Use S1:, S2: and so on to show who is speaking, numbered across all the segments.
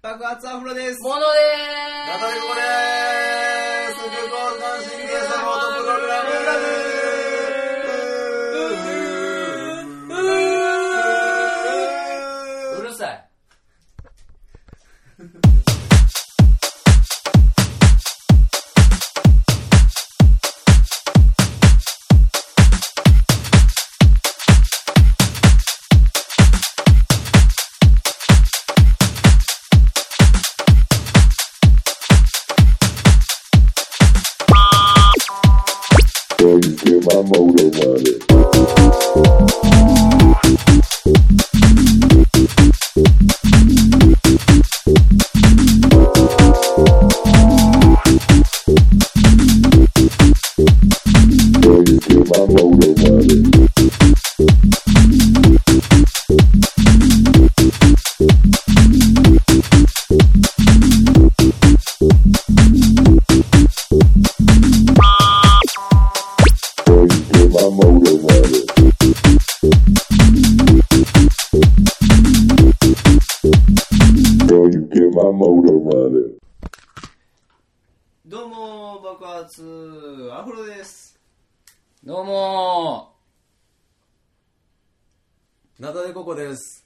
S1: 爆発アフロです。
S2: モノでーす
S3: 中根子でーすルコール男子リレーサポートプログラム
S2: うるさい。
S4: Going to get my motor running. Going to get my motor running. Going to get my motor running. Going to get my motor running.
S1: どうも、爆発アフロです。
S2: どうも
S3: ナタデココです。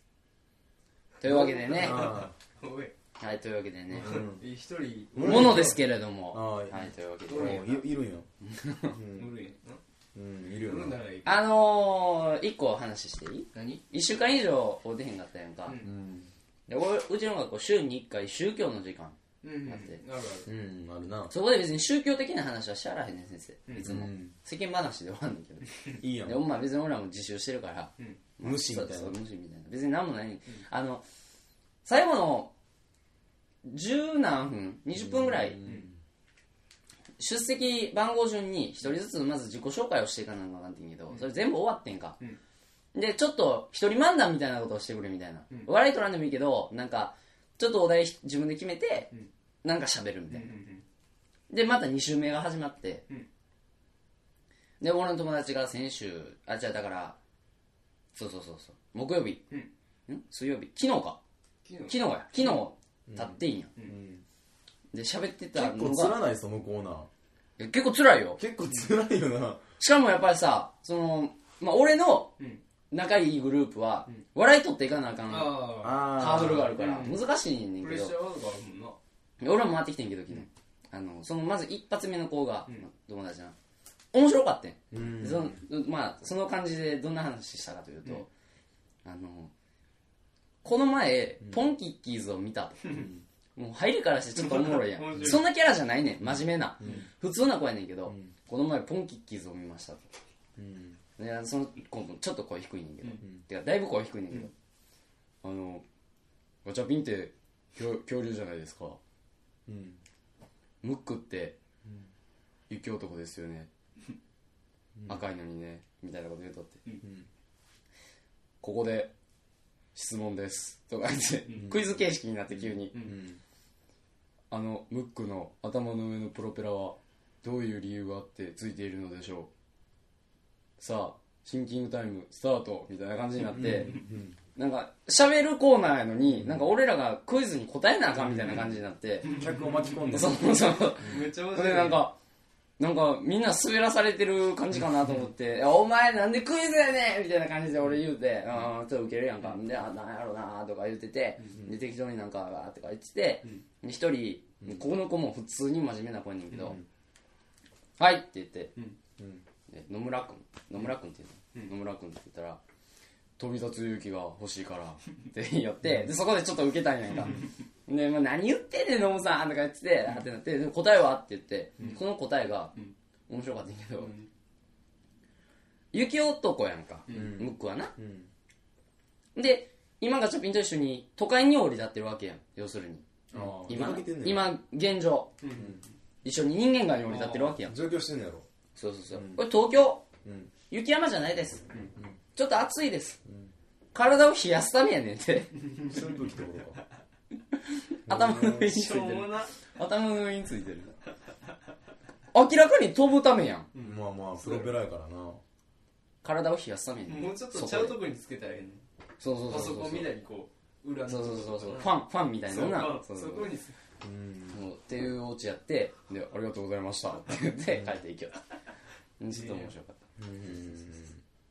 S2: ー。というわけでね。
S3: あ
S1: おい、
S2: はい、というわけでね。
S1: 一人、
S2: ものですけれども。
S3: はい
S2: はい、というわけ
S3: ー
S2: で。
S3: うんいいるんよ。
S1: 無理。
S3: うん、いるよ
S1: 無理
S3: な
S1: な。らいい。
S2: あのー、一個お話ししていい
S1: 何
S2: 一週間以上お出へんかったやんか。
S3: うん、
S2: で俺うちの学校週に一回宗教の時間。
S1: うん。あ
S2: 待っ
S1: る
S2: て
S1: ある。
S3: うん、あるな。
S2: そこで別に宗教的な話はしゃあらへんねん先生。いつも
S3: うん。
S2: 世間話で終わんねんけど。
S3: いいやん
S2: で。もまあ別に俺らも自習してるから、
S1: ん
S2: まあ
S3: 無視みたいな
S2: そうそう無視みたいな別に何もない、あの最後の十何分20分ぐらい、出席番号順に一人ずつまず自己紹介をしていかなきゃあかんてんけど、それ全部終わってんか、でちょっと一人漫談みたいなことをしてくれみたいな、笑い取らんでもいいけどなんかちょっとお題自分で決めて、なんか喋るみたいな、でまた2週目が始まって、で俺の友達が先週あじゃあだからそうそうそうそう木曜日、ん水曜日昨日か
S1: 昨
S2: 昨日や昨日立っていいんや、
S3: ん
S2: で喋ってた
S3: 結
S2: の
S3: 構
S2: が
S3: つらない、そのコーナー。
S2: いや結構辛いよ
S3: 結構つらいよな。
S2: しかもやっぱりさその、まあ、俺の
S1: ん
S2: 仲いいグループは、笑い取っていかなあかんハ
S1: あ
S3: あ
S2: ードルがあるから
S1: うん
S2: 難しいね
S1: あ、
S2: ん
S1: プ
S2: け
S1: レッ
S2: ど
S1: シャーとかあるもんな。
S2: で俺も回ってきてんけど昨日、あのそのまず一発目の子が、友達な面白かったん、
S3: うん
S2: でそのまあその感じでどんな話したかというと、あのこの前、ポンキッキーズを見たと、もう入りからしてちょっとおもろいや
S1: 面白
S2: ん
S1: い
S2: そんなキャラじゃないねん真面目な、普通な子やねんけど、この前ポンキッキーズを見ましたと、
S3: うん。
S2: いやその子もちょっと声低いねんけど、てかだいぶ声低いねんけど、あのガチャピンって恐恐竜じゃないですか
S3: うん。
S2: ムックって雪男ですよね、赤いのにねみたいなこと言うとって、ここで質問ですとか言って、クイズ形式になって急に、
S3: ん
S2: あのムックの頭の上のプロペラはどういう理由があってついているのでしょうさあシンキングタイムスタートみたいな感じになって、なんか喋るコーナーやのに、なんか俺らがクイズに答えなあかんみたいな感じになって、
S3: 客を巻き込んで。
S2: そうそう
S1: めっちゃ面
S2: そ
S1: 白
S2: れ
S1: い。
S2: でなん、か、なんかみんな滑らされてる感じかなと思って、いやお前なんでクイズやねんみたいな感じで俺言うて、うん、ちょっとウケるやんか、で、あ、なんやろなとか言ってて、で、適当になんか、わーとか言ってて、で一人、ここの子も普通に真面目な子やねんけど、はいって言って、で野村君、野村君って言うの、野村君って言ったら、飛び立つ勇気が欲しいからって言 って、で、そこでちょっと受けたんやんか。で、まあ、何言ってんねん、ノムさんとか言ってて、あってなって、で答えはって言って、その答えが、面白かったんやけど、雪男やんか、ムックはな。
S3: ん
S2: で、今ガチャピンと一緒に都会に降り立ってるわけやん、要するに。
S3: あー
S2: 今
S3: 出
S2: な
S3: かけてんねや。
S2: 今、現状、一緒に人間界に降り立ってるわけやん。
S3: 上京してんのやろ。
S2: そうそうそう。これ東京、
S3: ん
S2: 雪山じゃないです。ちょっと暑いです。体を冷やすためやねんって。
S3: 扇風機ってことか。
S2: 頭の上につい
S1: しょ
S2: て
S1: うも
S2: る。
S1: な。
S2: 頭の上についてる。明らかに飛ぶためやん。
S3: まあまあ、プロペラやからな。
S2: 体を冷やすために。
S1: もうちょっと
S2: そこ
S1: ち
S2: で
S1: ゃうとこにつけたらええ
S2: そうそう
S1: の。
S2: そ
S1: パ
S2: うそ
S1: ソ
S2: う
S1: コンみたいにこう。裏の
S2: そうそうそうそうファンファンみたいな
S1: そう
S2: な
S1: かそ
S2: そ
S1: う
S2: そう
S1: こに
S3: うん
S2: もうっていうオチやってで「ありがとうございました」って言って帰っていきよったちょっと面白かった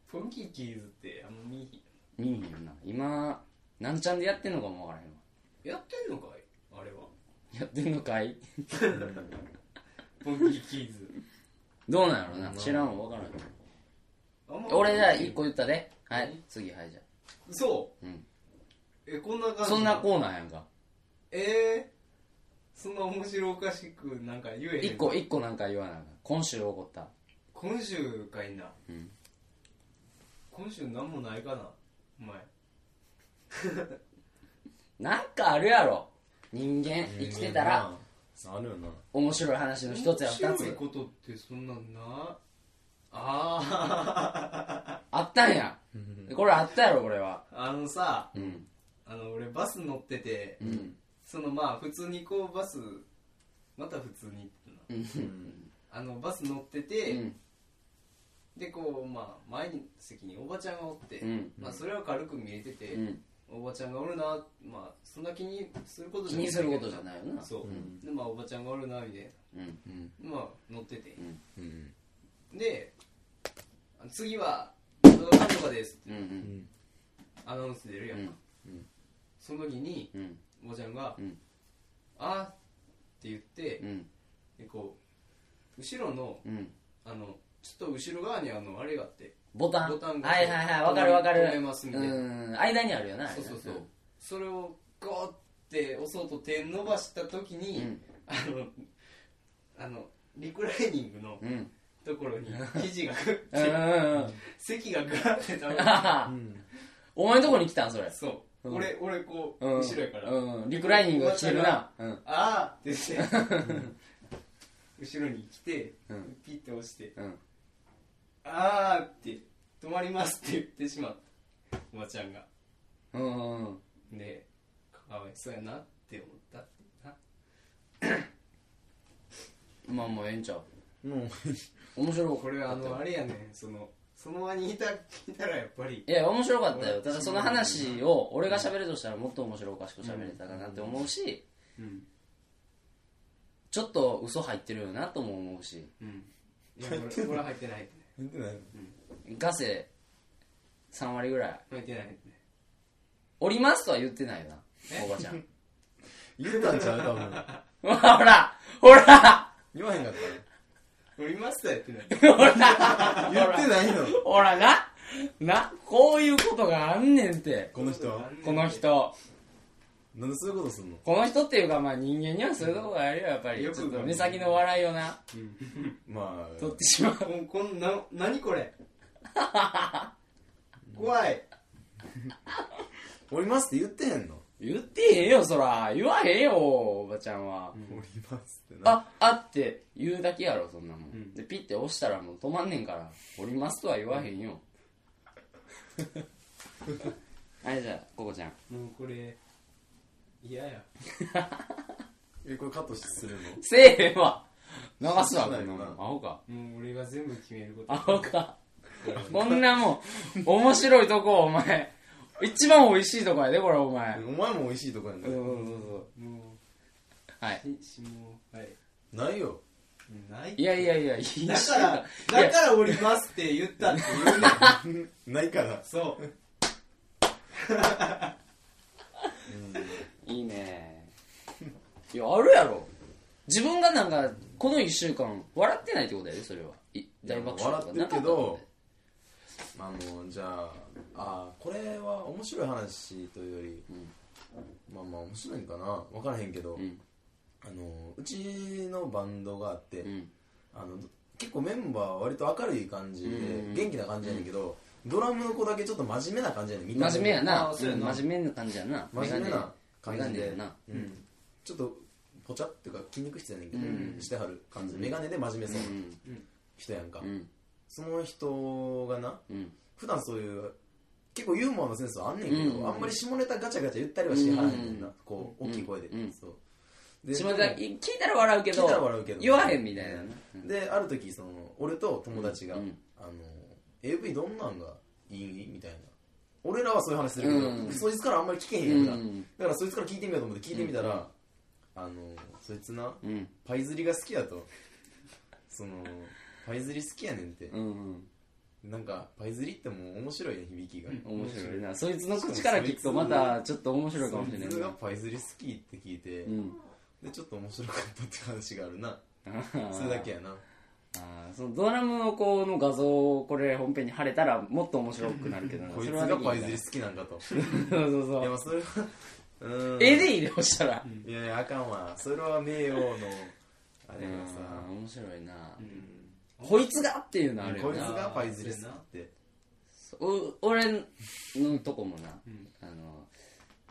S1: フォンキーキーズってあんま見えへん
S2: 見えへんよな今なんちゃんでやってんのかもわからへんわ
S1: やってんのかいあれは
S2: やってんのかい
S1: フォンキーキーズ
S2: どうなんやろな知らんわ分からん
S1: あんま
S2: 俺じゃあ1個言ったではい次はいじゃ
S1: そう、
S2: うん
S1: えこんな
S2: あ
S1: 感じ
S2: そんなコーナーやんか
S1: ええそんな面白おかしくなんか言えへん
S2: 1個1個なんか言わなあかん今週起こった
S1: 今週かいな、
S2: うん
S1: 今週なんもないかなお前
S2: なんかあるやろ人間生きてたら
S3: あるよな
S2: 面白い話の一つや二
S1: 面白い
S2: つ
S1: ことってそんなんなああ
S2: あったんやこれあったやろこれは
S1: あのさ
S2: うん
S1: あの俺バス乗ってて、
S2: うん
S1: そのまあ普通にこうバスまた普通にってな
S2: うん
S1: あのバス乗ってて、でこうまあ前に席におばちゃんがおって、
S2: うん
S1: まあ、それは軽く見えてて、
S2: うん
S1: おばちゃんがおるなまあそんな気にすること
S2: 気
S1: ない
S2: にすることじゃないよな
S1: そう、でまあおばちゃんがおるなみたい
S2: うん
S3: うん
S1: なまあ乗ってて、
S3: うん
S1: で次は「なんとかかんとかです」って
S2: うんう
S3: うんん
S1: アナウンス出るやんか、
S3: うんうん
S1: その時に
S2: うん
S1: おばちゃんが「
S2: うん
S1: あーって言って、
S2: うん
S1: でこう後ろの
S2: うん
S1: あのちょっと後ろ側にあのあれがあって
S2: ボタン
S1: ボタンが
S2: はいはいはいわかるわかる
S1: 止めますみたいな
S2: うん間にあるよな
S1: そうそうそう、それをゴーって押そうと手伸ばした時に、
S2: うん
S1: あのあのリクライニングの
S2: うんうん
S1: ところに肘 がグ
S2: うんう
S1: ッて
S2: んうん
S1: 席がガーって倒れて
S2: あははお前んとこに来たんそれ
S1: そう、
S2: うん
S1: 俺俺こう、
S2: うん
S1: 後ろやから、
S2: うんリクライニングが来てるなうん
S1: あーって 言って後ろに来て、
S2: うん
S1: ピッて押して
S2: うん
S1: あーって止まりますって言ってしまったおばちゃんが
S2: うんうんうん
S1: でかわいそうやなって思ったってな
S2: まあもうええんちゃう
S3: もう
S2: 面白
S1: これあのあれやねんそのその場にいたいたらやっぱり
S2: いや面白かったよただその話を俺が喋るとしたらもっと面白おかしく喋れたかなって思うし
S1: うん
S2: ちょっと嘘入ってるよなとも思うし
S1: うんいや俺俺は入ってない入って
S3: 入ってない
S2: ガセ3割ぐらい
S1: ない入ってない入ってない
S2: おりますとは言ってないよなおばちゃん
S3: 言ったんちゃう多分
S2: ほらほら
S3: 言わへんかっ
S1: 乗りましたやってない
S2: ほら
S3: た言ってないの
S2: ほらななこういうことがあんねんって
S3: この人は
S2: この人
S3: なんでそういうことすんの
S2: この人っていうかまあ人間にはそういうとこがあるよやっぱり
S1: よく
S2: ちょっと目先の笑いをな
S3: まあ
S2: 取ってしま う
S1: こんこんな何こ れ怖い
S3: おりますって言ってへんの
S2: 言ってへんよそら言わへんよおばちゃんは、
S3: おりますってな
S2: ああって言うだけやろそんなもん、
S1: ん
S2: でピッて押したらもう止まんねんから「おります」とは言わへん よはいじゃあここちゃん
S1: もうこれ嫌や
S3: えこれカットするの
S2: せえへんわ流すわ
S3: し
S2: こ
S3: ない
S2: んなもん
S3: な
S2: アホか
S1: もう俺が全部決めること
S2: アホかこんなもん面白いとこお前一番おいしいとこやでこれお前
S3: お前も美味しいとこやん
S2: う
S3: ね
S2: んうんうんうん
S1: も
S2: はい
S1: ししもうはい
S3: ないよ
S1: ない
S2: いやいやいやい
S1: だか
S2: い
S1: ら
S2: や
S1: だから降りますって言ったって言う ねん
S3: ないから
S1: そう
S2: いいねいやあるやろ自分がなんかこの1週間笑ってないってことやでそれはい大爆笑
S3: 笑
S2: とか
S3: って
S2: な
S3: る
S2: か
S3: け
S2: ったもん
S3: ど
S2: ね
S3: あのじゃああーこれは面白い話というより、まあまあ面白いんかな分からへんけど、
S2: ん
S3: あのうちのバンドがあって、
S2: うん
S3: あの結構メンバーは割と明るい感じで、
S2: うん
S3: 元気な感じやねんけど、ドラムの子だけちょっと真面目な感じやねん見た目
S2: 真面目やな
S1: あそうやな
S2: 真面目な感じやな
S3: 真面目な感じ
S2: メガネ
S3: で
S2: やな
S3: うん、ちょっとぽちゃっていうか筋肉質やねんけど、
S2: うん
S3: してはる感じで眼鏡で真面目そう
S2: う
S3: なん人やんか、
S2: うん
S3: その人がな
S2: うん
S3: 普段そういう結構ユーモアのセンスはあんねんけど、
S2: うん
S3: あんまり下ネタガチャガチャ言ったりはしはらへんねんな、
S2: うん
S3: こう大きい声で、
S2: うん
S3: そう
S2: うん
S3: で
S2: 下田聞いたら笑うけ
S3: 聞いたら笑
S2: ど
S3: うけど
S2: 言わへんみたいなな
S3: うんである時その俺と友達が、
S2: うん
S3: あの AV どんなんがいいみたいな俺らはそういう話するけど、
S2: うん
S3: そいつからあんまり聞けへんやんか、
S2: うん
S3: だからそいつから聞いてみようと思って聞いてみたら、あのそいつな、
S2: うん
S3: パイ釣りが好きやとそのパイ釣り好きやねんって、
S2: うん
S3: なんかパイ釣りってもう面白いね響きが、
S2: 面白いなそいつの口から聞くとまたちょっと面白いかもしれな
S3: そ
S2: い
S3: いつ
S2: な
S3: がパイ釣り好きって聞いて、
S2: うん
S3: でちょっと面白かったって話があるな
S2: あ
S3: それだけやな
S2: あーそのドラムの子の画像をこれ本編に貼れたらもっと面白くなるけどな
S3: こいつ
S2: それ
S3: が
S2: はでき
S3: パ
S2: な
S3: イ
S2: い
S3: 釣り好きなんかと
S2: そうそう
S3: いや
S2: そ
S3: ま
S2: う
S3: あそれはうん
S2: 絵で入れましたら
S3: いやいやあかんわそれは名誉のあれがさ
S2: あー面白いな
S1: うん
S2: こいつがっていうのある
S3: こ
S2: よ
S3: いつ
S2: な
S3: がパイ釣り好きって
S2: お俺のとこもな
S1: うん
S2: あの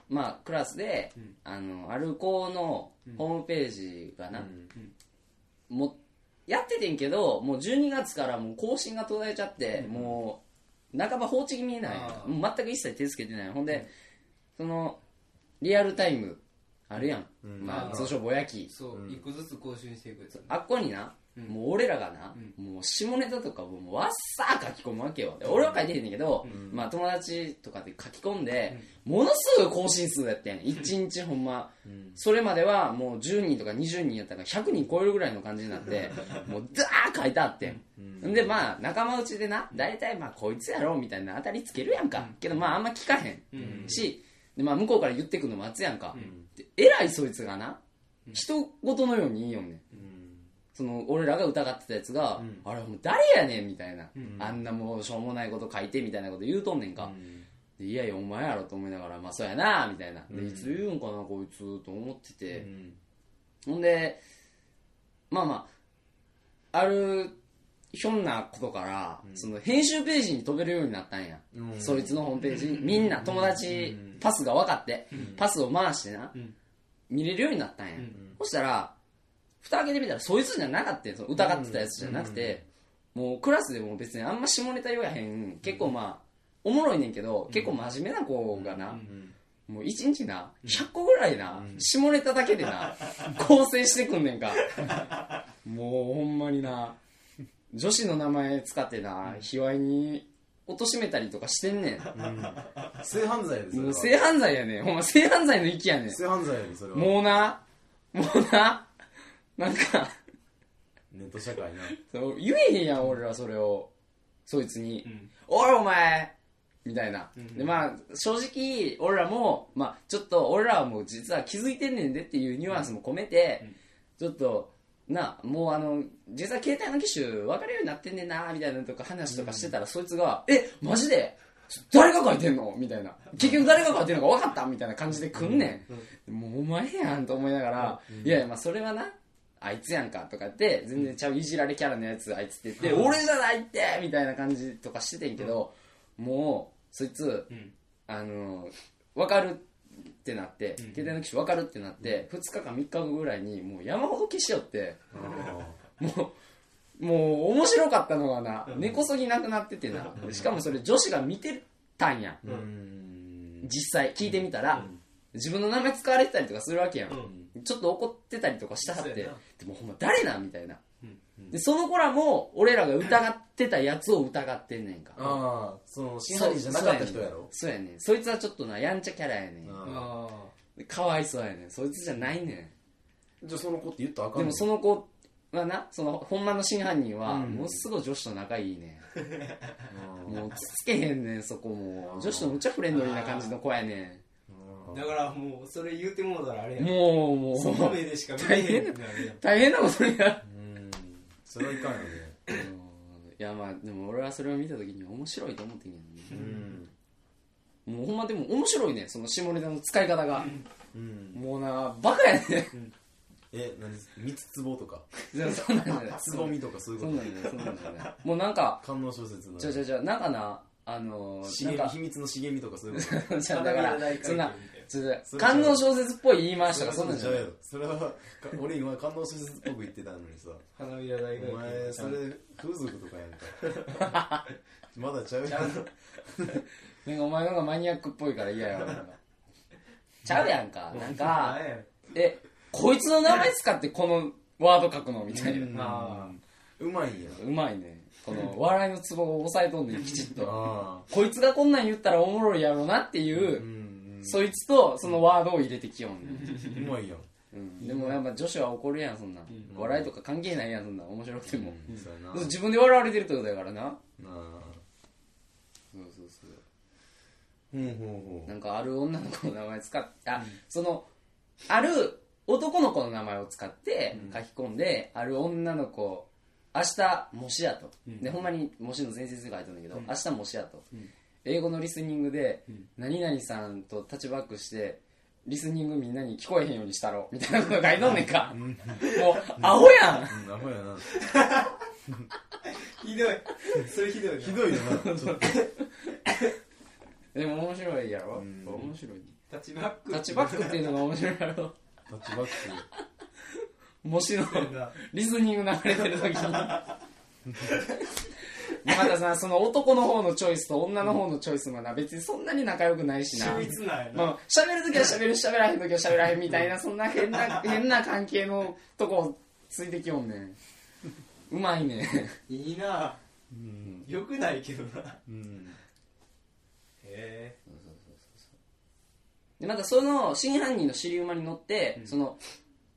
S2: まあクラスで、
S1: うん
S2: あのある子のホームページがな、
S3: うん
S2: もうやっててんけどもう12月からもう更新が途絶えちゃって、もう半ば放置気味ない
S1: あー
S2: もう全く一切手つけてないほんで、そのリアルタイムあるやん、
S3: うん
S2: ま
S1: あー
S2: あ、通称ぼやき
S1: そう一個ずつ更新していくやつ
S2: あっこにな、
S1: うん
S2: もう俺らがな、もう下ネタとかをもうわっさー書き込むわけよで俺は書いてへんねんけど、まあ友達とかで書き込んで、ものすごい更新数や ってん1日ほんま、それまではもう10人とか20人やったから100人超えるぐらいの感じになってもうダー書いてあってん、ん、でまあ仲間内でな大体まあこいつやろみたいな当たりつけるやんか、けどまああんま聞かへん、しで、まあ、向こうから言ってくの待つやんか、でえらいそいつがな人事のように言いよんねんその俺らが疑ってたやつが、あれもう誰やねんみたいな、あんなもうしょうもないこと書いてみたいなこと言うとんねんか、でいやいやお前やろと思いながらまあそうやなみたいな、でいつ言うんかなこいつと思ってて、ほんでまあまああるひょんなことから、その編集ページに飛べるようになったんや、
S3: うん
S2: そいつのホームページにみんな友達パスが分かって、パスを回してな、
S1: ん
S2: 見れるようになったんや、そしたら蓋開けてみたらそいつじゃなかったんやその疑ってたやつじゃなくて、もうクラスでも別にあんま下ネタ言わへん結構まあおもろいねんけど結構真面目な子がな、もう一日な100個ぐらいな、下ネタだけで な構成してくんねん かもうほんまにな女子の名前使ってな卑猥に貶としめたりとかして んね
S3: 性犯罪やで
S2: ん
S3: それ
S2: も
S3: は
S2: う性犯罪やねんほんま性犯罪の域やねん
S3: 性犯罪やでそれは
S2: もうなもうななんか
S3: ネット社 会な
S2: そう言えへんやん俺らそれをそいつに
S1: ん
S2: 「おいお前!」みたいな、でまあ正直俺らも、まあ、ちょっと俺らはもう実は気づいてんねんでっていうニュアンスも込めて、ちょっとなもうあの実は携帯の機種分かるようになってんねんなみたいなのとか話とかしてたら、そいつが「えマジで誰が書いてんの?」みたいな結局誰が書いてんのか分かったみたいな感じで来んねん、もうお前やんと思いながら、いやいやまあそれはなあいつやんかとかって全然ちゃういじられキャラのやつあいつって言って、俺じゃないってみたいな感じとかしててんけど、もうそいつ、
S1: ん
S2: あの分かるってなって、携帯の機種分かるってなって、2日か3日後ぐらいにもう山ほど消しよって、もうもう面白かったのがな根こそぎなくなっててなしかもそれ女子が見てたんや、
S3: うん
S2: 実際聞いてみたら、自分の名前使われてたりとかするわけやん、ちょっと怒ってたりとかしたはって
S1: そうや
S2: で
S1: な
S2: もほんま誰なんみたいな、
S1: ん
S2: でその子らも俺らが疑ってたやつを疑ってんねんか
S3: ああその真犯人じゃなかった人やろ
S2: そうやねんそうやねんそいつはちょっとなやんちゃキャラやねん
S3: あ
S1: あ
S2: でかわいそうやねんそいつじゃないね
S3: ーじゃあその子って言ったらあ
S2: ん
S3: かん
S2: で
S3: の
S2: もその子はなそのほんまの真犯人は
S3: うん
S2: ものすごい女子と仲いいねん、
S3: うん
S2: もうつつけへんねんそこも女子とむっちゃフレンドリーな感じの子やね
S1: あだからもうそれ言うてもうたらあれや
S2: んもうも
S1: その
S2: う
S1: 目でしか見えへんってなるやん
S2: 大変なことになる
S3: うんそれはいかんよね
S2: いやまあでも俺はそれを見た時に面白いと思ってんけど
S3: う
S2: ね
S3: ん
S2: もうほんまでも面白いねその下ネタの使い方が
S3: うん
S2: もうなバカやね
S3: え何三つ壺とか
S2: んいやそう なんじゃない
S3: つぼみとかそういう
S2: そ
S3: こ
S2: う
S3: と
S2: なんじゃないそうなんじゃないもうなんか
S3: 観音小説の
S2: ちょちょちょなんかなあのー
S3: 茂み
S2: なんか
S3: 秘密の茂みとかそういうこと
S2: じゃあだから
S1: 花びら大会議
S2: そんなちょちょ
S3: それ
S2: 観音小説っぽい言い回し
S3: そ
S2: とか
S3: れはそ
S2: そん
S3: う
S2: なん
S3: ち
S2: じ
S3: ゃ
S2: ゃ
S3: う
S2: な
S3: や
S2: い
S3: ろそれはか俺今観音小説っぽく言ってたのにさ
S1: 花びら大学
S3: お前それ風俗とかやんか まだちゃうやん
S2: なんかお前のがマニアックっぽいから嫌やわなんかちゃうやんかなんかえこいつの名前使ってこのワード書くのみたいな
S1: あ
S3: うまいんや
S2: うまいねこの笑いのツボを押さえとん ねんきちっと
S3: あ
S2: こいつがこんなん言ったらおもろいやろなってい
S3: あう
S2: う、
S3: ん
S2: そいつとそのワードを入れてきよんねん
S3: うんうまいやん
S2: うんでもやっぱ女子は怒るやんそんなん
S1: う
S2: 笑いとか関係ないやんそんなん面白くても、
S3: うんそうやな
S2: 自分で笑われてるってことやからな
S3: なあ
S2: そうそうそう
S3: ほうほう
S2: なんかある女の子の名前使ってあ、そのある男の子の名前を使って書き込んで、ある女の子明日模試やと、
S1: ん
S2: でほんまに模試の前日が書いてんだけど、明日模試やと、
S1: ん
S2: 英語のリスニングで、
S1: ん
S2: 何々さんとタッチバックしてリスニングみんなに聞こえへんようにしたろみたいなこと書いとんねんか、もうアホやん
S3: ほううんアホやな
S1: ひどいそれひどい
S3: ひどいよなちょっと
S2: でも面白いやろ、
S3: うん
S2: 面白い
S1: タッチバック
S2: タッチバックっていうのが面白いや ろ
S3: タッチバック
S2: 模試のリスニング流れてる時にまたさその男の方のチョイスと女の方のチョイスもな別にそんなに仲良くないしな
S1: 秀逸なんやな
S2: まあ、喋る時は喋る喋らへん時は喋らへんみたいなそんな変な変な関係のとこをついてきよんねんうまいね
S1: いいな
S3: うん
S1: よくないけどなへ
S3: うん
S1: え
S2: でまたその真犯人の尻馬に乗って、その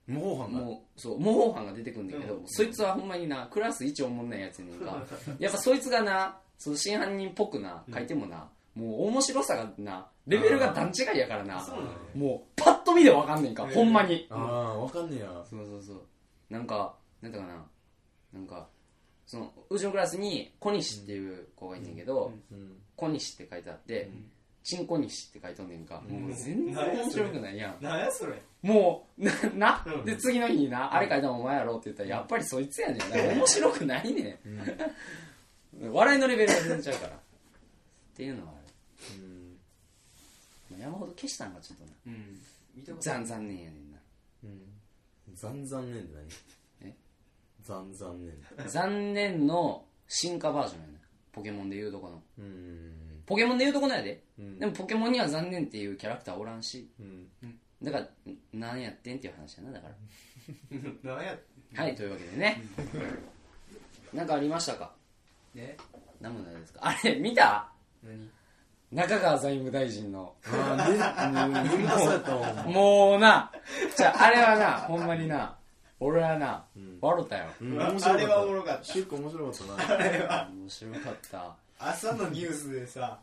S3: 模倣犯だ
S2: もうそう模倣犯が出てくるんだけど、
S1: うん
S2: そいつはほんまになクラス一おもんないやつやねんかやっぱそいつがなその真犯人っぽくな書いてもな、もう面白さがなレベルが段違いやからな
S1: そうなの
S2: もうパッと見でわかんねん
S1: へ
S2: か、
S1: え
S2: ほんまに
S3: ああわかんねえや
S2: そうそうそうなんかなんだかななんかそのうちのクラスに小西っていう子がいんねんけど、
S3: うん
S2: 小西って書いてあって、チンコ西って書いとんねんか、もう全然面白くないやん
S1: なんやそれ
S2: もう、な、な
S1: うん
S2: で、次の日にな、あれ書いたのお前やろって言ったら、やっぱりそいつやねん。だから面白くないねん。 笑いのレベルが全然ちゃうから。っていうのはあ
S3: うん
S2: る。山ほど消したんがちょっとな。
S1: うん見たこと
S2: 残残念やねんな。
S3: うん残々ねんって何
S2: え
S3: 残々ねん
S2: 残念の進化バージョンやねん。ポケモンで言うとこの。
S3: うん
S2: ポケモンで言うとこのやで。
S3: うん
S2: でもポケモンには残念っていうキャラクターおらんし。
S3: うん
S2: だから、んなんやってんっていう話やな、だから。
S1: なんや
S2: はい、というわけでね。なんかありましたか
S1: ね
S2: なんもないですかあれ、見た
S1: 何
S2: 中川財務大臣の
S3: ああ眠たそうやったわ
S2: もうなじゃああれはなほんまにな俺はな、笑ったよ
S3: うん
S1: あ
S3: 面白かった
S1: あれはおもろかった
S3: シュック面白かったな
S2: 面白かった
S1: 朝のニュースでさ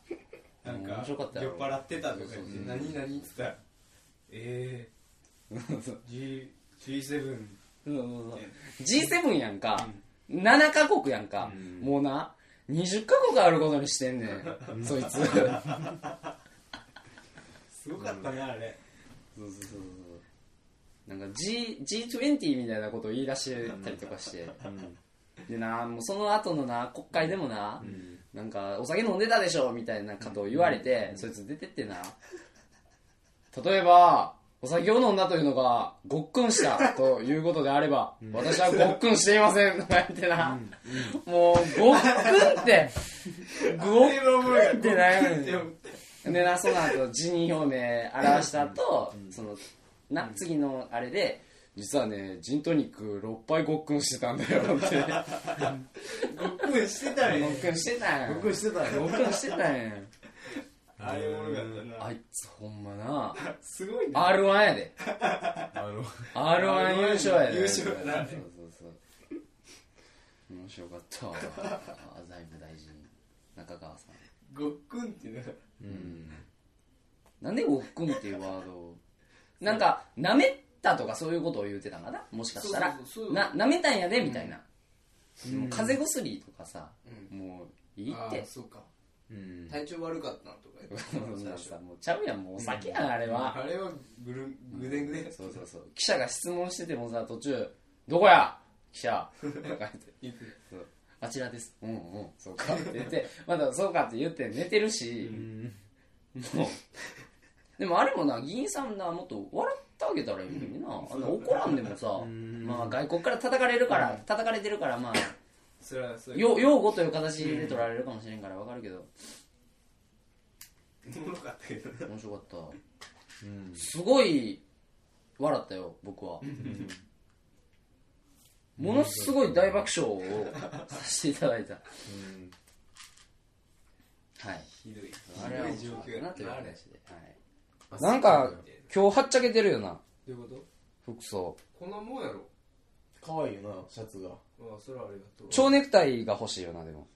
S1: なん
S2: 面
S1: か酔
S2: 白かったよ
S1: っ払ってたとか
S2: そ
S1: 言っ
S2: うそうそう
S1: て何何って言ったらえ
S2: そう
S1: え G G7
S2: そうそう G7 やんか、7カ国やんか、もうな20カ国あることにしてんねんそいつそうそう
S1: すごかったなあれ
S2: そうそうなんか G G20 みたいなことを言い出してたりとかして、でなもうその後のな国会でもな、なんかお酒飲んでたでしょみたいなことを言われて、そいつ出てってな例えばお酒を飲んだというのがごっくんしたということであれば、私はごっくんしていませんとか言ってな、もうごっくん ってごっくんってなんやねん
S1: でも
S2: でなその後辞任表明表した後、そのな次のあれで実はねジントニック6杯ごっくんしてたんだよ って
S1: ごっくんしてたね
S2: ごっくんしてたんや
S3: ごっくんしてたんや
S2: ごっくんしてたんや
S1: あれおもろかったな
S2: あいつほんまな
S1: すごいね
S2: r 1やで
S3: あの
S2: r 1優勝やで
S1: 優勝やな
S2: そうそうそう面白かった わあ財務大臣中川さん
S1: ごっくんってな
S3: うん
S2: なんでごっくんっていうワードをなんかなめたとかそういうことを言うてたんかなもしかしたら
S1: そうそうそうそう
S2: ななめたんやでみたいな、でも風邪薬とかさ、
S1: う
S2: もういいっ
S1: あ
S2: て
S1: あそうか
S3: うん
S1: 体調悪かったとか言っ
S2: そ
S1: て
S2: ん
S1: 最
S2: な
S1: 初
S2: さ もうちゃうやんもうお酒やんあれは
S1: あれはぐるぐでんぐでんやった
S2: そうそうそう記者が質問しててもさ途中「どこや記者」とか言って
S1: 言って
S2: そうあちらです」「うんうんそうか」って言ってまだ「そうか」って言って寝てるし、もうでもあれもな議員さんなもっと笑ってあげたらいいのにな、あんな怒らんでもさ、
S3: ん
S2: まあ外国から叩かれるから、叩かれてるからまあ
S1: それはそれ
S2: よ擁護という形で取られるかもしれんからわかるけど
S1: おもろかったけどな
S2: 面白かった
S3: うん
S2: すごい笑ったよ僕は、ものすごい大爆笑をさせていただいた
S3: うん
S2: はい
S1: ひどいひ
S2: あれ
S1: ど
S2: はい面
S1: 状
S2: 白
S1: 況
S2: い
S1: や
S2: な
S1: な
S2: という
S1: あ
S2: 話
S1: れ
S2: で
S1: ど、
S2: はい、
S3: あ
S2: なんか今日はっちゃけてるよな
S1: ういうこと
S2: 服装
S1: こんなもんやろ
S3: 可愛いよなシャツが
S1: ああそれはありがとう
S2: 蝶ネクタイが欲しいよなでも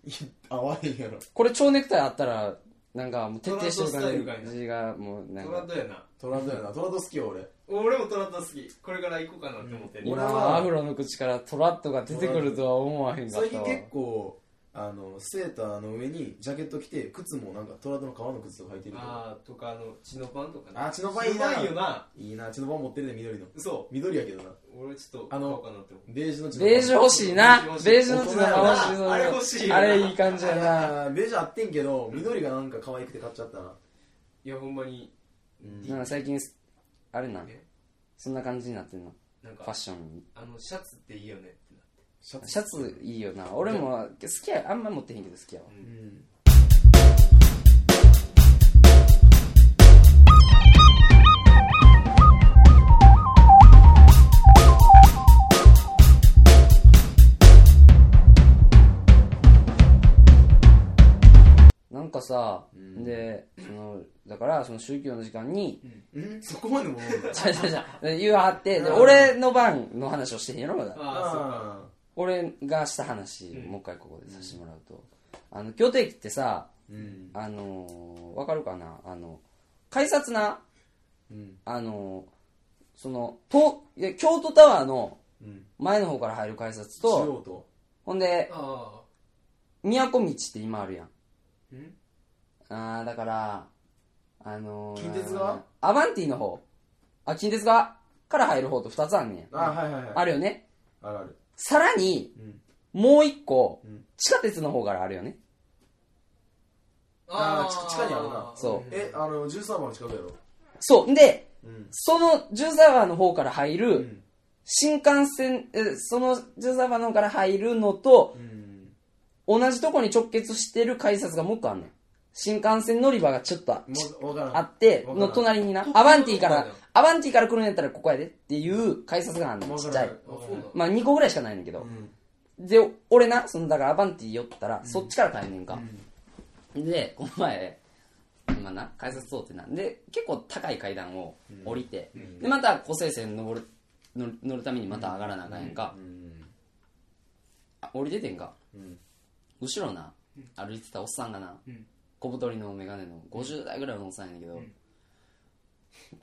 S3: 淡いやろ
S2: これ蝶ネクタイあったらなんかもう徹底
S1: ト
S2: して
S1: ラッドス
S2: る
S1: タイル
S2: 感
S1: か
S2: じがもうなん
S1: トラ
S2: か
S1: ッドやな
S3: トランドやなトランド好きよ俺
S1: 俺もトラッド好きこれから行こうかなって思ってる、
S3: うん
S2: 今
S3: 俺は
S2: アフロの口からトラッドが出てくるとは思わへんかっ
S3: 最
S2: た
S3: 近
S2: わ
S3: 結構あのセーターの上にジャケット着て靴もなんかトラドの革の靴とか履いてるから
S1: ああとかあのチノパンとか
S3: あチノパンいいな
S1: チノパンよない
S3: いな血の番持ってるね緑の
S1: そ
S3: 緑やけどな
S1: う俺ちょっと
S3: あ
S1: 買
S3: の
S1: おうかなって思って
S3: ベージュの血の
S2: ベージュ欲しいな
S1: 欲しい
S2: ベージュの血の
S3: 欲
S1: しい
S2: 欲しい
S1: あれ欲しいよな
S2: あれいい感じやな
S3: あーベージュあってんけど緑がなんか可愛くて買っちゃったな、
S1: いやほんまに
S3: うん
S2: なんか最近あれな
S1: ね
S2: そんな感じになってんの
S1: なん
S2: ファッ
S1: か
S2: ション
S1: あのシャツっていいよねってなって
S3: シャツ
S2: シャツいいよな俺も好きやあんま持ってへんけど好きやわ
S3: うん
S2: なんかさ、でそのだからその宗教の時間に、
S3: うんそこまでも思う んだ
S2: ちゃうちゃうちゃう 言わはって、で俺の番の話をしてへんやろまだ
S3: あ
S2: 俺がした話、もう一回ここでさせてもらうと、あの京都駅ってさ
S3: あうん
S2: あのーわかるかなあの改札な
S3: うん
S2: あのーその東いや京都タワーの
S3: うん
S2: 前の方から入る改札
S3: 中
S2: と
S3: 央と
S2: ほんで
S1: あ
S2: 宮古道って今あるやん
S1: あん
S2: あーだからあのー、
S3: 近鉄側
S2: アバンティの方あ近鉄側から入る方と2つあんねん
S3: あはいはいはい
S2: あるよね
S3: あるある
S2: さらに
S3: うん
S2: もう一個、
S3: うん
S2: 地下鉄の方からあるよね
S3: あー地地下にあるな
S2: そ
S1: う
S2: う
S1: ん
S3: えあの13番の近くやろ
S2: そうんで
S3: うん
S2: その十沢の方から入
S3: う
S2: る
S3: ん
S2: 新幹線、えその十沢の方から入るのと
S3: うん
S2: 同じとこに直結してる改札がもう一個あんねん新幹線乗り場がちょっとあ
S3: もう分から
S2: あ
S3: ん
S2: って
S3: わから
S2: の
S3: ん
S2: 隣にな
S1: ここ
S2: アバンティか
S1: こ
S2: ら
S1: こ
S2: アバンティから来るんやったらここやでっていう改札があんねん
S3: わ
S2: ち
S3: か
S2: っ
S3: ら
S2: ちゃ
S3: ない
S2: い
S1: あそうなの
S2: まあ2個ぐらいしかないねんだけど
S3: う、ん
S2: で俺なそのだからアバンティ寄ったら、そっちから帰んねんか、でこの前まあな改札通ってなんで結構高い階段を降りて、でまた湖西線登る乗る乗るためにまた上がらなあかんやんか、
S3: うん
S2: あ降りててんか、
S3: うん
S2: 後ろな歩いてたおっさんがな、
S1: ん
S2: 小太りの眼鏡の50代ぐらいのおっさんやねんけど、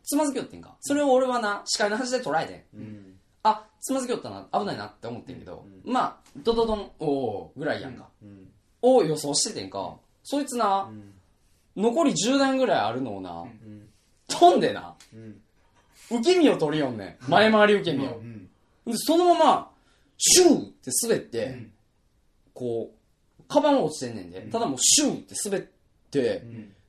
S2: つまずきよってんかそれを俺はな視界の端で捉えてん
S3: うん
S2: あつまずきよったな危ないなって思ってんけど、まあドドドンおおぐらいやんか、
S3: うん
S2: を予想しててんかそいつな、残り10段ぐらいあるのをな、
S3: ん
S2: 飛んでな
S3: うん
S2: 受け身を取りよんねん前回り受け身を、
S3: うん
S2: でそのままシューって滑って、こうカバンは落ちてんねんで、ただもうシューって滑って、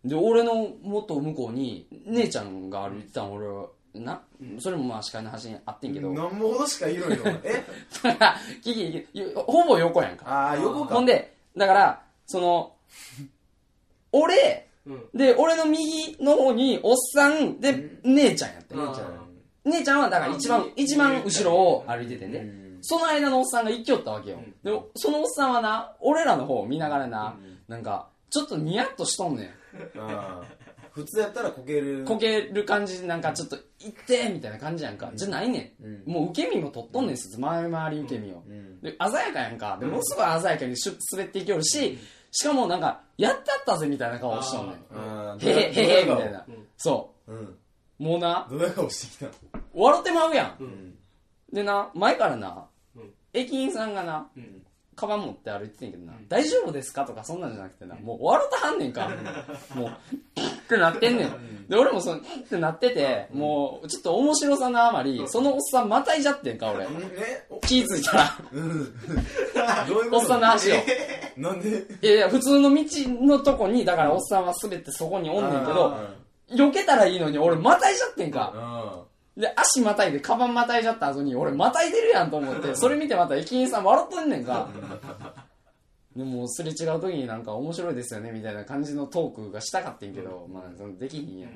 S2: で俺のもっと向こうに姉ちゃんが歩いてたん俺はなそれもまあ視界の端にあってんけど、 だ
S3: 何もほどしか言いろよお前え
S2: からキキキキほぼ横やんか
S3: ああ横か
S2: ほんで、だから、その、俺、
S1: うん
S2: で、俺の右の方に、おっさん、で、姉ちゃんやって。
S1: うん
S3: じゃ
S2: 姉ちゃんは、だから一
S1: う
S2: 番
S1: ん、
S2: 一番後ろを歩いてて
S3: う
S2: ね。
S3: ん
S2: その間のおっさんが行きよったわけよ。
S1: うん
S2: で、そのおっさんはな、俺らの方を見ながらな、なんか、ちょっとニヤッとしとんね
S3: あー普通やったらこける
S2: ん。こける感じで、なんかちょっと、行ってみたいな感じやんか。じゃないねん。
S3: うん
S2: もう受け身も取っとんねんす、前回り受け身を。
S3: うん
S2: で鮮やかやんかでものすごい鮮やかにシュッ滑っていけるししかもなんかやったったぜみたいな顔しとんねん
S3: あー
S2: へへへへみ
S3: ドヤ
S2: た
S3: 顔
S2: いな
S1: うん
S2: そ
S3: うん
S2: うもうな
S3: ドヤ顔してきた
S2: 笑ってまうやん
S1: うん
S2: でな前からな
S1: うん
S2: 駅員さんがな
S1: うん
S2: カバン持って歩いててんけどな大丈夫ですかとかそんなんじゃなくてなもう笑ってはんねんかもうキッってなってんねんで俺もそのキッってなっててもうちょっと面白さのあまりそのおっさんまたいじゃってんか俺
S3: うんえお
S2: 気ぃ付いたら
S3: どういう
S2: お
S3: こ
S2: っ
S3: と
S2: さんの足を
S3: なんで
S2: いやいや、普通の道のとこに、だからおっさんは滑ってそこにおんねんけど、避けたらいいのに俺またいじゃってんか。
S3: あ
S2: で、足またいで、カバンまたいじゃった後に、俺またいでるやんと思 って、それ見てまた駅員さん笑っとんねんか。でも、すれ違う時になんか面白いですよね、みたいな感じのトークがしたかってんけど、まあ、そのできひんやん。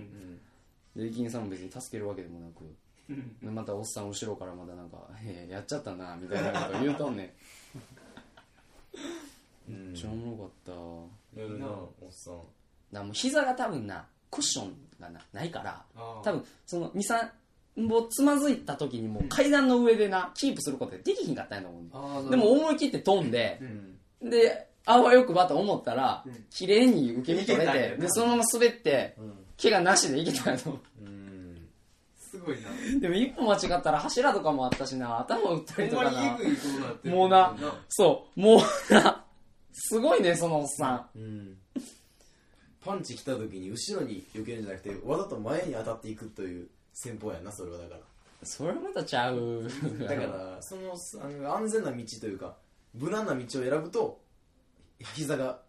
S2: で駅員さんも別に助けるわけでもなく、でまたおっさん後ろからまたなんか「へえやっちゃったな」みたいなこと言うとんね
S3: うんん
S2: めっちゃおもろかった
S3: やるなおっさん
S2: だからもう膝が多分なクッションがなないから
S1: あー
S2: 多分その23歩つまずいた時にもう階段の上でなキープすることができひんかったんやと思うねん
S1: あーなるほど
S2: でも思い切って飛んで
S1: う、ん
S2: で、あわよくばと思ったら、
S1: うん
S2: 綺麗に受け身取れ
S1: いけたんや
S2: て、
S1: な
S2: で、そのまま滑って、怪我なしでいけたの。
S3: うん
S1: すごいな
S2: でも一歩間違ったら柱とかもあったしな、頭打ったりと
S1: ほん
S2: か
S1: まに
S2: な
S1: え。ぐいことなってる
S2: もうな、そう、もうな、すごいね、そのおっさん。
S3: うんパンチ来た時に後ろに避けるんじゃなくてわざと前に当たっていくという戦法やんなそれはだから
S2: それまたちゃう。
S3: だからそのあの安全な道というか無難な道を選ぶと膝が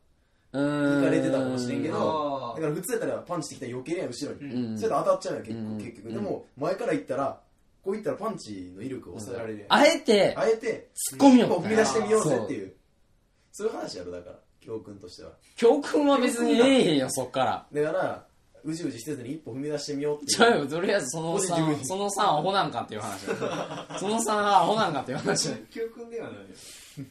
S2: うーん。
S3: 抜かれてたかもしれんけ
S1: うん
S3: どだから普通やったらパンチってきたら避けるやん後ろに、
S2: ん
S3: それで当たっちゃうやん結
S2: うん
S3: 構結局でも前から行ったらこう行ったらパンチの威力を抑えられるやん、
S2: あえて、
S3: あえて
S2: 突っ込みよ
S3: 一
S2: っ
S3: 歩
S2: た
S3: 踏み出してみようぜっていうそういう話やろだから教訓としては
S2: 教訓は別にええへんよ、そっから。
S3: だからうじうじしてずに一歩踏み出してみようっていう
S2: ちゃうよ、とりあえずそのおっさ
S3: ポジティブ
S2: ん、
S3: に
S2: そのおっさんアホなんかっていう話 だよそのおっさんがアホなんかっていう話だよ
S1: 教訓ではないよ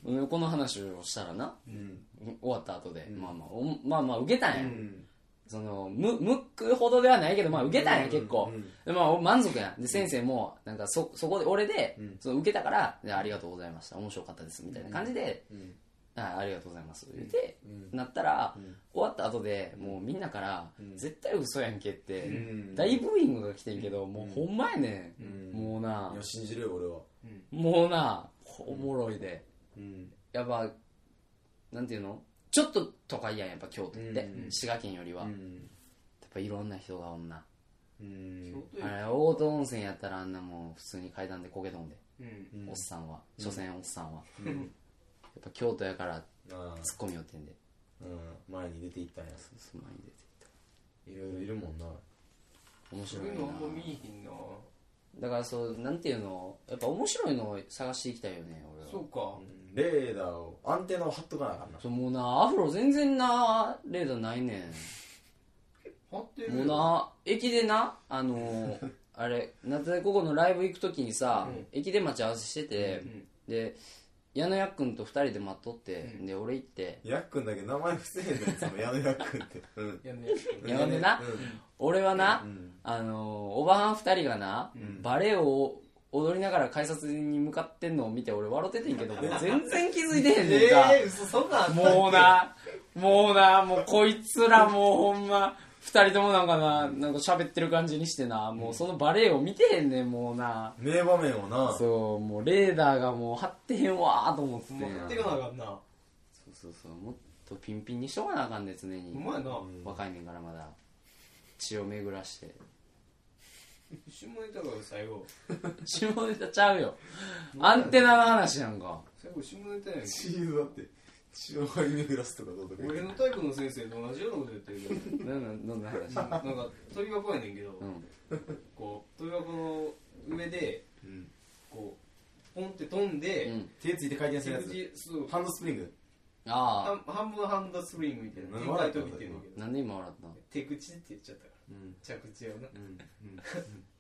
S2: うんこの話をしたらな、
S3: うん
S2: 終わった後で、まあまあ、おまあまあ、受けたんや。
S3: うん
S2: その、ムムックほどではないけど、まあ、受けたんや、結構。
S3: うん
S2: で、まあ、お満足やん。で、先生も、なんか、そ、そこで、俺で、
S3: うん
S2: その受けたから、でありがとうございました。面白かったです。みたいな感じで、
S3: うん
S2: あありがとうございます。言って、
S3: うん
S2: なったら、
S3: うん
S2: 終わった後で、もうみんなから、
S3: うん
S2: 絶対嘘やんけって、
S3: ん
S2: 大ブーイングが来てんけど、もうほんまやねん。
S3: うん
S2: もうない
S3: や、信じるよ俺は
S2: もうな、おもろいで。
S3: うん
S2: やっぱなんていうのちょっと都会やんやっぱ京都って、
S3: うんうん
S2: 滋賀県よりは、
S3: う
S2: やっ
S3: ん
S2: ぱいろんな人がおんな、
S3: うん
S1: 教訓
S2: あれ大戸温泉やったらあんなもう普通に階段でこけとんで、
S1: うん
S3: うん
S2: おっさんは所詮おっさんは、
S3: うん
S2: やっぱ京都やから
S3: あ
S2: ツッコミ寄ってんで
S3: あうん前に出ていったんや
S2: その前に出て
S3: いろいろいるもんな
S2: 面
S1: そ
S2: 白
S1: う
S2: い
S1: いうのあんま
S2: な
S1: 見えへんな
S2: だからそうなんていうのやっぱ面白いのを探していきたいよね俺は
S1: そうか
S3: うんレーダーをアンテナを張っとかなあかんな
S2: そうもうなアフロ全然なレーダーないねん
S1: 張ってる
S2: もうな駅でな あのーあれ夏でここのライブ行く時にさ、
S1: うん
S2: 駅で待ち合わせしてて、
S1: ん
S2: で矢野やっくんと2人で待っとって、
S1: うん
S2: で俺行って
S3: ヤックンだけ名前伏せへんのよその矢野ヤックンってうん
S1: やめや
S2: いやほんでな俺はな、
S3: うん
S2: あのーおばはん2人がな、
S3: ん
S2: バレエを踊りながら改札に向かってんのを見て俺笑って てんけどもう全然気づいてへんねんか、
S1: えー嘘そんなんあったっけ
S2: もうなもうなもうこいつらもうほんま2人ともなんかななんか喋ってる感じにしてなもうそのバレエを見てへんねんもうな
S3: 名場面をなそう
S2: そうもうレーダーがもう張ってへんわーと思って
S1: ほんま張っていかなあかんなほ
S2: そうそうそうもっとピンピンにしとかなあかんね常に
S1: んまやな
S2: 若いねんからまだ血を巡ら して
S1: 下ネタが最後
S2: 下ネタちゃうよアンテナの話なんか
S1: 最後下ネタやんけ
S3: チーズだって血を張り巡らすとかどうとか
S1: 俺のタイプの先生と同じようなこと言ってるけど
S2: なんなんどんな話
S1: なんか鳥箱やねんけど、
S2: うん
S1: こう鳥箱の上で
S3: うん
S1: こうポンって飛ん
S2: う
S1: で、
S2: ん
S3: 手ついて回転す
S1: 手
S3: るやつ
S1: 口そう
S3: ハンドスプリング
S2: あ
S1: 半半分半分スプリングみたいな
S3: うん
S1: 展開飛びっていうんだ
S2: あなんで今笑った
S1: けど手口って言っちゃったか
S3: うん
S1: ら着地をな、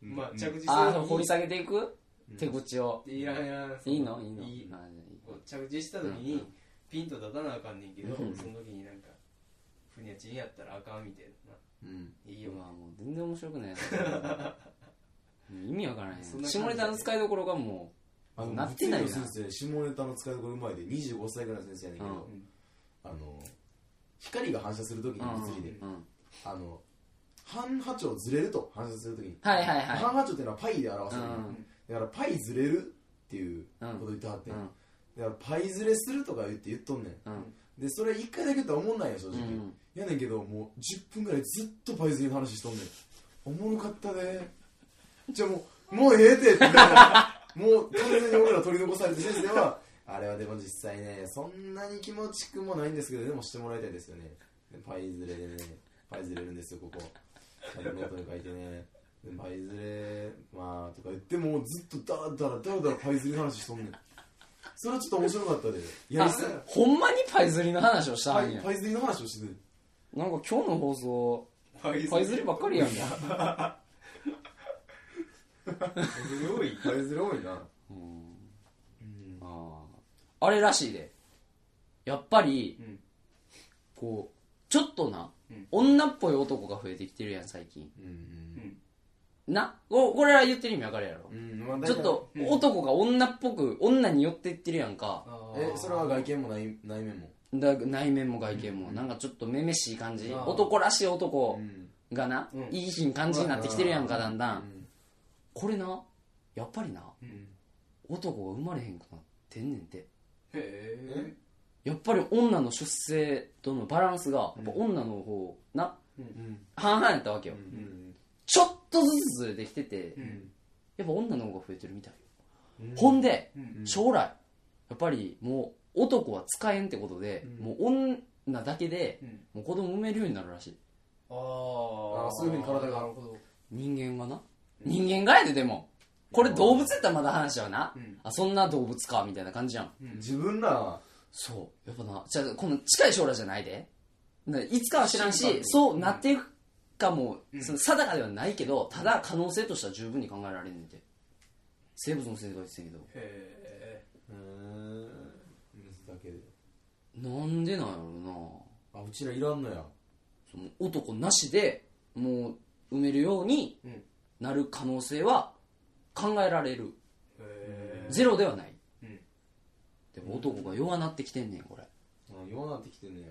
S3: うん
S1: まあ着地する
S2: のああそう掘り
S1: に
S2: 下げていく手口を
S1: いらんいらん
S2: いいのいいの
S1: いい
S2: あじゃあいい
S1: こう着地した時
S2: うんう
S1: に
S2: ん
S1: ピンと立たなあかんねんけど、
S2: うん
S1: その時になんかふにゃちんやったらあかんみたいな
S3: うん
S1: いいよ
S2: うわもう全然面白くない もう意味わからへ
S1: そんなん感じ
S2: 下ネタの使いどころがも
S3: あの
S2: なってないな
S3: 松井の先生下ネタの使いどころうまいで25歳ぐらいの先生やねんけど、
S2: うん
S3: あの光が反射するとき
S2: う
S3: に物理で、
S2: うんうん
S3: あの半波長ずれると反射するときに、
S2: はいはいはい
S3: 半波長っていうのはパイで表すのよ、
S2: うん
S3: だからパイずれるっていうこと言ってはって、
S2: うん
S3: だからパイずれするとか言って言っとんねん
S2: うん
S3: でそれ一回だけ言ったらおもんないよ正直、
S2: うん
S3: やねんけどもう10分ぐらいずっとパイずれの話しとんねんおもろかったねじゃあもうもうええてってもう完全に俺ら取り残されて先生はあれはでも実際ねそんなに気持ちくもないんですけどでもしてもらいたいですよねでパイずれでねパイずれるんですよここパイノートに書いてねでパイずれまあとか言ってもうずっとダラダラダラダラパイずれの話しとんねんそれはちょっと面白かったでやりすぎ
S2: あほんまにパイズリの話をした
S3: パ
S2: ん
S3: イ
S2: や
S3: パイ釣りの話をしてて
S2: なんか今日の放送
S1: パイ
S2: パイズリばっかりやんか
S3: 多いパイズレ多いな
S2: う
S1: う
S2: ん
S1: ん
S2: あーあれらしいでやっぱり、
S1: うん
S2: こうちょっとな、
S1: うん
S2: 女っぽい男が増えてきてるやん最近
S3: うん
S2: なここれは言ってる意味わかるやろ、
S3: うんまあ大体
S2: ちょっと
S1: うん
S2: 男が女っぽく女に寄っていってるやんか
S1: あー
S3: えそれは外見も内内面も
S2: だ内面も外見もなんかちょっとめめしい感じ
S1: あー
S2: 男らしい男
S3: ん
S2: がな
S1: うん
S2: いい品感じになってきてるやんかだんだ
S3: うん
S2: これなやっぱりな
S1: うん
S2: 男が生まれへんくなってんねんて
S1: へえ
S3: え
S2: やっぱり女の出生とのバランスがやっぱ女の方な
S3: うん
S2: 半々やったわけよ
S3: うん
S2: ちょっとずつずれてきてて
S1: うん
S2: やっぱ女の方が増えてるみたいよほんで
S1: うん
S2: 将来やっぱりもう男は使えんってことで
S1: うん
S2: もう女だけで
S1: うん
S2: もう子供産めるようになるらしい
S1: あー
S3: あーそういう風に体が
S1: なるほど
S2: 人間がな人間がやででもこれ動物やったらまだ話はな
S1: うん
S2: あそんな動物かみたいな感じじゃん
S3: 自分ら
S2: そうやっぱなじゃあこの近い将来じゃないでないつかは知らん
S3: 進化
S2: し
S3: と
S2: そうなっていくかも、
S1: ん
S2: その定かではないけどただ可能性としては十分に考えられんねんて生物の世界ですけど
S1: へ
S3: うん水だけで
S2: なんでなんやろうな
S3: あうちらいらんのや
S2: その男なしでもう埋めるように
S1: うん
S2: なる可能性は考えられる
S1: えへえ
S2: ゼロではない、
S1: うん
S2: でも男が弱なってきてんねんこれ
S3: うん弱なってきてんねや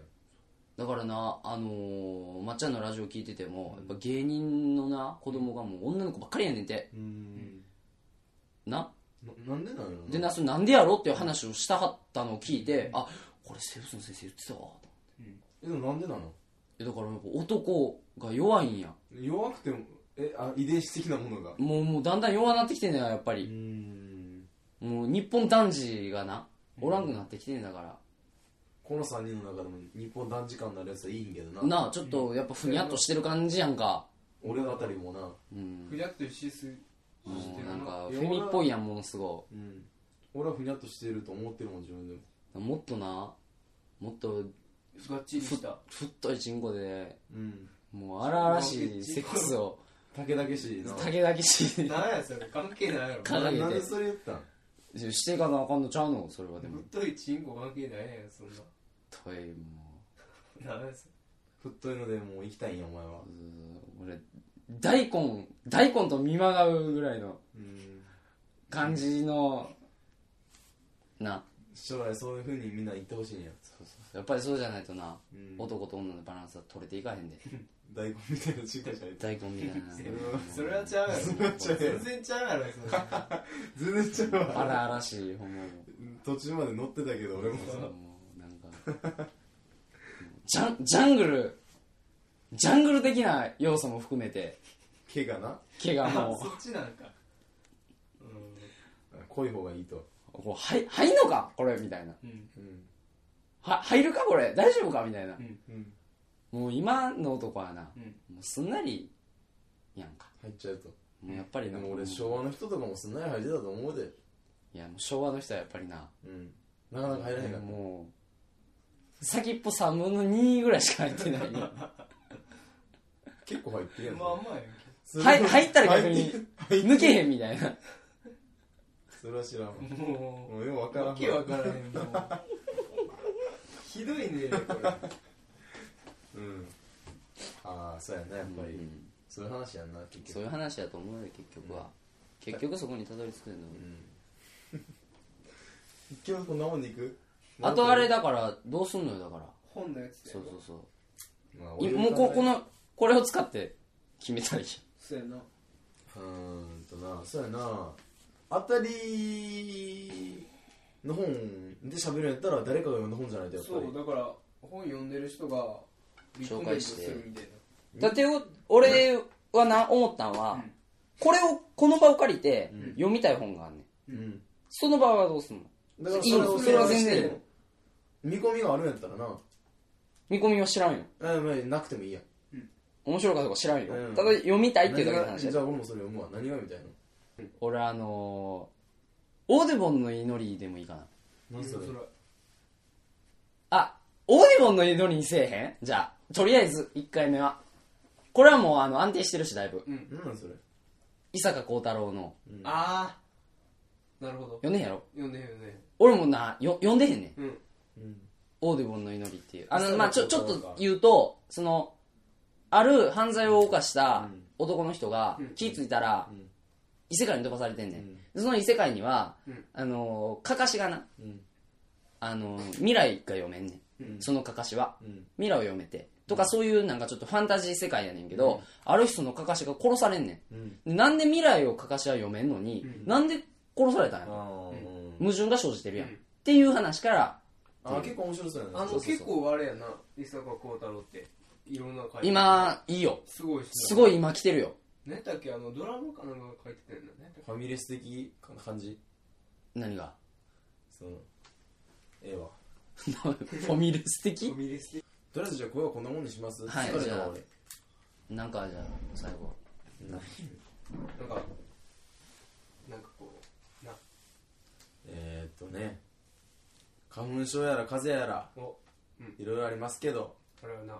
S2: だからな、あのー、まっちゃんのラジオ聞いてても、やっぱ芸人のな、子供がもう女の子ばっかりやねんて。
S3: うん
S2: な。
S3: ななんでなんやろ
S2: でな、それなんでやろっていう話をしたかったのを聞いて、あ、これセブスの先生言ってたわ。
S3: えでもなんでなの
S2: いやだからやっぱ男が弱いんや。
S3: 弱くてもえあ遺伝子的なものが
S2: もう、もうだんだん弱なってきてんねんや、やっぱ
S3: う
S2: り。
S3: ん
S2: もう日本男児がな、おらんくなってきてんだから。
S3: この3人の中でも日本男児間になるやつはいいんけどな
S2: なあ、ちょっとやっぱふにゃっとしてる感じやんか。
S3: 俺あたりもな、
S2: うん。
S1: ふにゃっとしす
S2: も
S1: して
S2: う
S1: る
S2: なん
S1: な
S2: か、フェミっぽいやん、ものすごい。
S3: うん、俺はふにゃっとしてると思ってるもん自分でも
S2: もっとな、もっと
S1: がっちりした
S2: ふっといチンコで、
S3: うん
S2: もう荒々しいセックスを
S3: 竹だけしいな
S2: 竹だけし
S1: なんやそれ関係ないやろ
S2: か
S3: な
S2: 掲げて
S3: なんでそれ言ったん
S2: していかなあかんのちゃうのそれはでも
S1: 太いチンコ関係ない やんそん
S2: トイも
S1: ななんやそ
S3: 太いのでもう行きたいんやお前は
S2: ううー俺大根大根と見まがうぐらいの
S3: うん
S2: 感じの、な
S3: 将来そういうふうにみんな言ってほしいんや
S2: やっぱりそうじゃないとな、
S3: うん
S2: 男と女のバランスは取れていかへんで
S3: 大根みたいなチンコじゃない
S2: 大根みたいな
S1: れそれはちゃうやろ
S3: ちゃうや
S1: 全
S3: ろ
S1: 然ちゃうやろそれ
S3: 全然ちゃう わ
S2: 荒々しいほんまに
S3: 途中まで乗ってたけど俺も
S2: そうもうなんかジャンジャングルジャングル的な要素も含めて
S3: 毛がな
S2: 毛が
S1: あ
S2: もう
S1: そっちなんかうん
S3: 濃い方がいいと
S2: こうはい入んのかこれみたいな
S1: うん
S3: うん
S2: は入るかこれ大丈夫かみたいな、
S1: うん
S3: うん
S2: もう今の男はなも
S1: うん
S2: うすんなりやんか
S3: 入っちゃうと
S2: もうやっぱり
S3: で
S2: な
S3: も俺
S2: もう
S3: 昭和の人とかもすんなり入ってたと思うで
S2: いやもう昭和の人はやっぱりな
S3: うんなかなか入らへんかった
S2: もう先っぽ3分の2ぐらいしか入 ってない
S3: 結構入ってるやん
S1: まあまあやん
S2: はい入ったら逆
S3: 入
S2: に
S3: ってる
S2: 抜けへんみたいな
S3: それは知らんわ
S1: けども
S3: もうようわ
S1: う
S3: からん
S1: わけわかららへんもうひどいねこれ
S3: うんああそうやなやっぱり、
S2: うん
S3: そういう話やんな結
S2: そうい
S3: 局
S2: う話やと思うよ結局は、結局そこにたどり着くの、
S3: うん結局こんなもんでいく
S2: あとあれだからどうすんのよだから
S1: 本のやつだ
S2: そ
S1: よ
S2: うそうそう
S3: まあ
S2: い
S3: 俺
S2: もうここ
S3: の
S2: のこれを使って決めたらいい
S1: そうやな
S3: うーんとなそうやな当たりの本で喋るんやったら誰かが読んだ本じゃないとやっぱ
S1: そ
S3: り
S1: うだから本読んでる人がリコメントするみたい
S2: だってよ俺はな思ったんは、
S1: うん
S2: これをこの場を借りて
S3: うん
S2: 読みたい本があんねん
S3: うん
S2: その場合はどうすんの
S3: だから
S2: いいよ
S3: を
S2: それは全然
S3: それを見込みがあるんやったらな
S2: 見込みは知らんよ
S3: あまあなくてもいいや
S2: 面白いかどうか知らんよ、
S3: うん
S2: ただ読みたいっていうだけの
S3: 何
S2: 話
S3: が
S2: や
S3: じゃあ俺もそれ読むわ何がみたいな
S2: 俺あのー、オーディボンの祈りでもいいかな
S1: な
S3: 何それ
S1: うん
S2: あオーディボンの祈りにせえへんじゃあとりあえず1回目はこれはもうあの安定してるしだいぶ
S1: うん
S3: 何なんそれ
S2: 1伊坂幸太郎の
S1: ああなるほど
S2: 読んでへんやろ
S1: 読んで読んで
S2: 俺もなよ読んでへんねん
S1: うん
S2: オーディボンの祈りっていうあ
S3: 伊
S2: の
S3: 坂
S2: まあちょち
S3: 幸
S2: ょっ
S3: 太郎か
S2: と言うとそのある犯罪を犯した
S3: うん
S2: 男の人が
S1: うん
S2: 気ぃ付いたら
S3: ん
S2: 異世界に飛ばされてんねんでその異世界には
S1: うん
S2: あのかかしがな
S3: うん
S2: あの未来が読めんねんそのかかしは
S3: うん
S2: 未来を読めてとかそういうなんかちょっとファンタジー世界やねんけどある人のかかしが殺されんねん
S3: うん
S2: でなんで未来をかかしは読めんのに、
S1: うん
S2: なんで殺されたんや
S3: あ
S2: ろ
S3: ーう
S2: 矛
S3: ん
S2: 盾が生じてるやん、
S1: うん
S2: っていう話から
S3: あー結構面白そうやな
S1: あ
S3: そ
S1: の
S3: うそう
S1: 結
S3: そう
S1: 構あれやな伊坂幸太郎っていろんな書いて
S2: 今いいよ
S1: すごいっすね
S2: すごい今来てるよ
S1: 何やったっけあのドラマかなんか書いてたよね
S3: ファミレス的感じ
S2: 何が
S3: そのええわ
S2: ファミレス
S1: フ
S2: 的
S1: ァミレスで
S3: とりあえずじゃあ今日はこんなもんにします
S2: はい
S3: 疲れ
S2: じ
S3: た
S2: ゃ
S3: わ
S2: あ
S3: 俺
S2: なんかじゃあ最後
S1: なんかなんかこうな
S3: えー、っとね花粉症やら風邪やら
S1: お
S3: いろいろありますけど、
S1: あれはな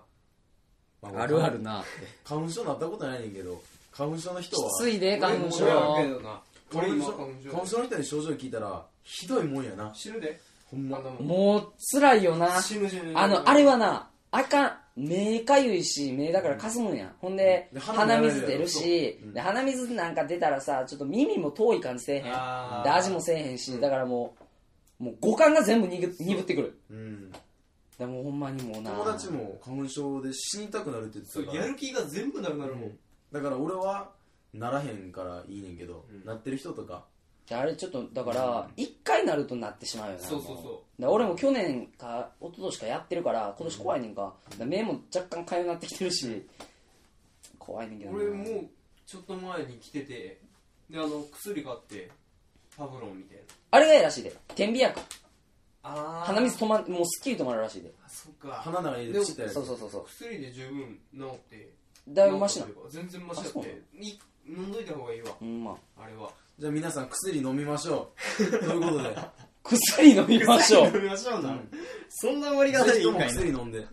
S3: ま
S2: あるあるな
S3: 花粉症なったことないねんけど花粉症の人
S2: き
S3: は
S2: ついで花粉症
S1: 俺も俺やけどな
S3: 花
S1: 俺
S3: 粉
S1: 今
S3: 症
S1: 花粉
S3: 花粉
S1: 症
S3: 症の人に症状聞いたらひどいもんやな
S1: 死ぬで
S3: ほん
S1: あ
S3: ま
S1: んなもん
S2: もう辛いよな
S1: 死ぬ死ぬ
S2: あのあれはなあかん目かゆいし目だからかすむんやほんで
S3: で
S2: 鼻
S3: 鼻もやられる
S2: 水出るし
S3: そううん
S2: で鼻水なんか出たらさちょっと耳も遠い感じせえへんで
S1: あー
S2: 味もせえへんしだからもうもう五感が全部鈍鈍ってくる
S3: うん
S2: でもうほんまにもうな
S3: 友達も花粉症で死にたくなるって言って
S1: そ
S3: た
S1: う
S3: から
S1: やる気が全部なくなるもん、
S3: だから俺はならへんからいいねんけど、なってる人とか
S2: であれちょっとだから一回なるとなってしまうよな
S1: そうそうそう
S2: もだから俺も去年か一昨年かやってるから今年怖いねんかだから目も若干かゆくなってきてるし怖いねんけどな
S1: 俺もうちょっと前に来ててであの薬買ってパブロンみたいな
S2: あれがいいらしいで点鼻薬
S1: あ
S2: 鼻水止まもうすっきり止まるらしいで
S1: そっか
S3: 鼻の中に入れて
S1: で
S3: ち
S1: も
S3: ったやつ
S2: そうそうそうそう
S1: 薬で十分治って
S2: だいぶマシな
S1: 治ったというか全然マシだっ
S2: あそうなの
S1: てい飲んどいた方がいいわ
S2: うんまあ
S1: あれは
S3: じゃあ皆さん薬飲みましょ うということでぜ
S2: 薬飲みましょう
S1: 飲みましょうな、そんな終わりがない
S3: ひと
S1: ん
S3: も
S1: かいな
S3: 薬飲んで
S2: うん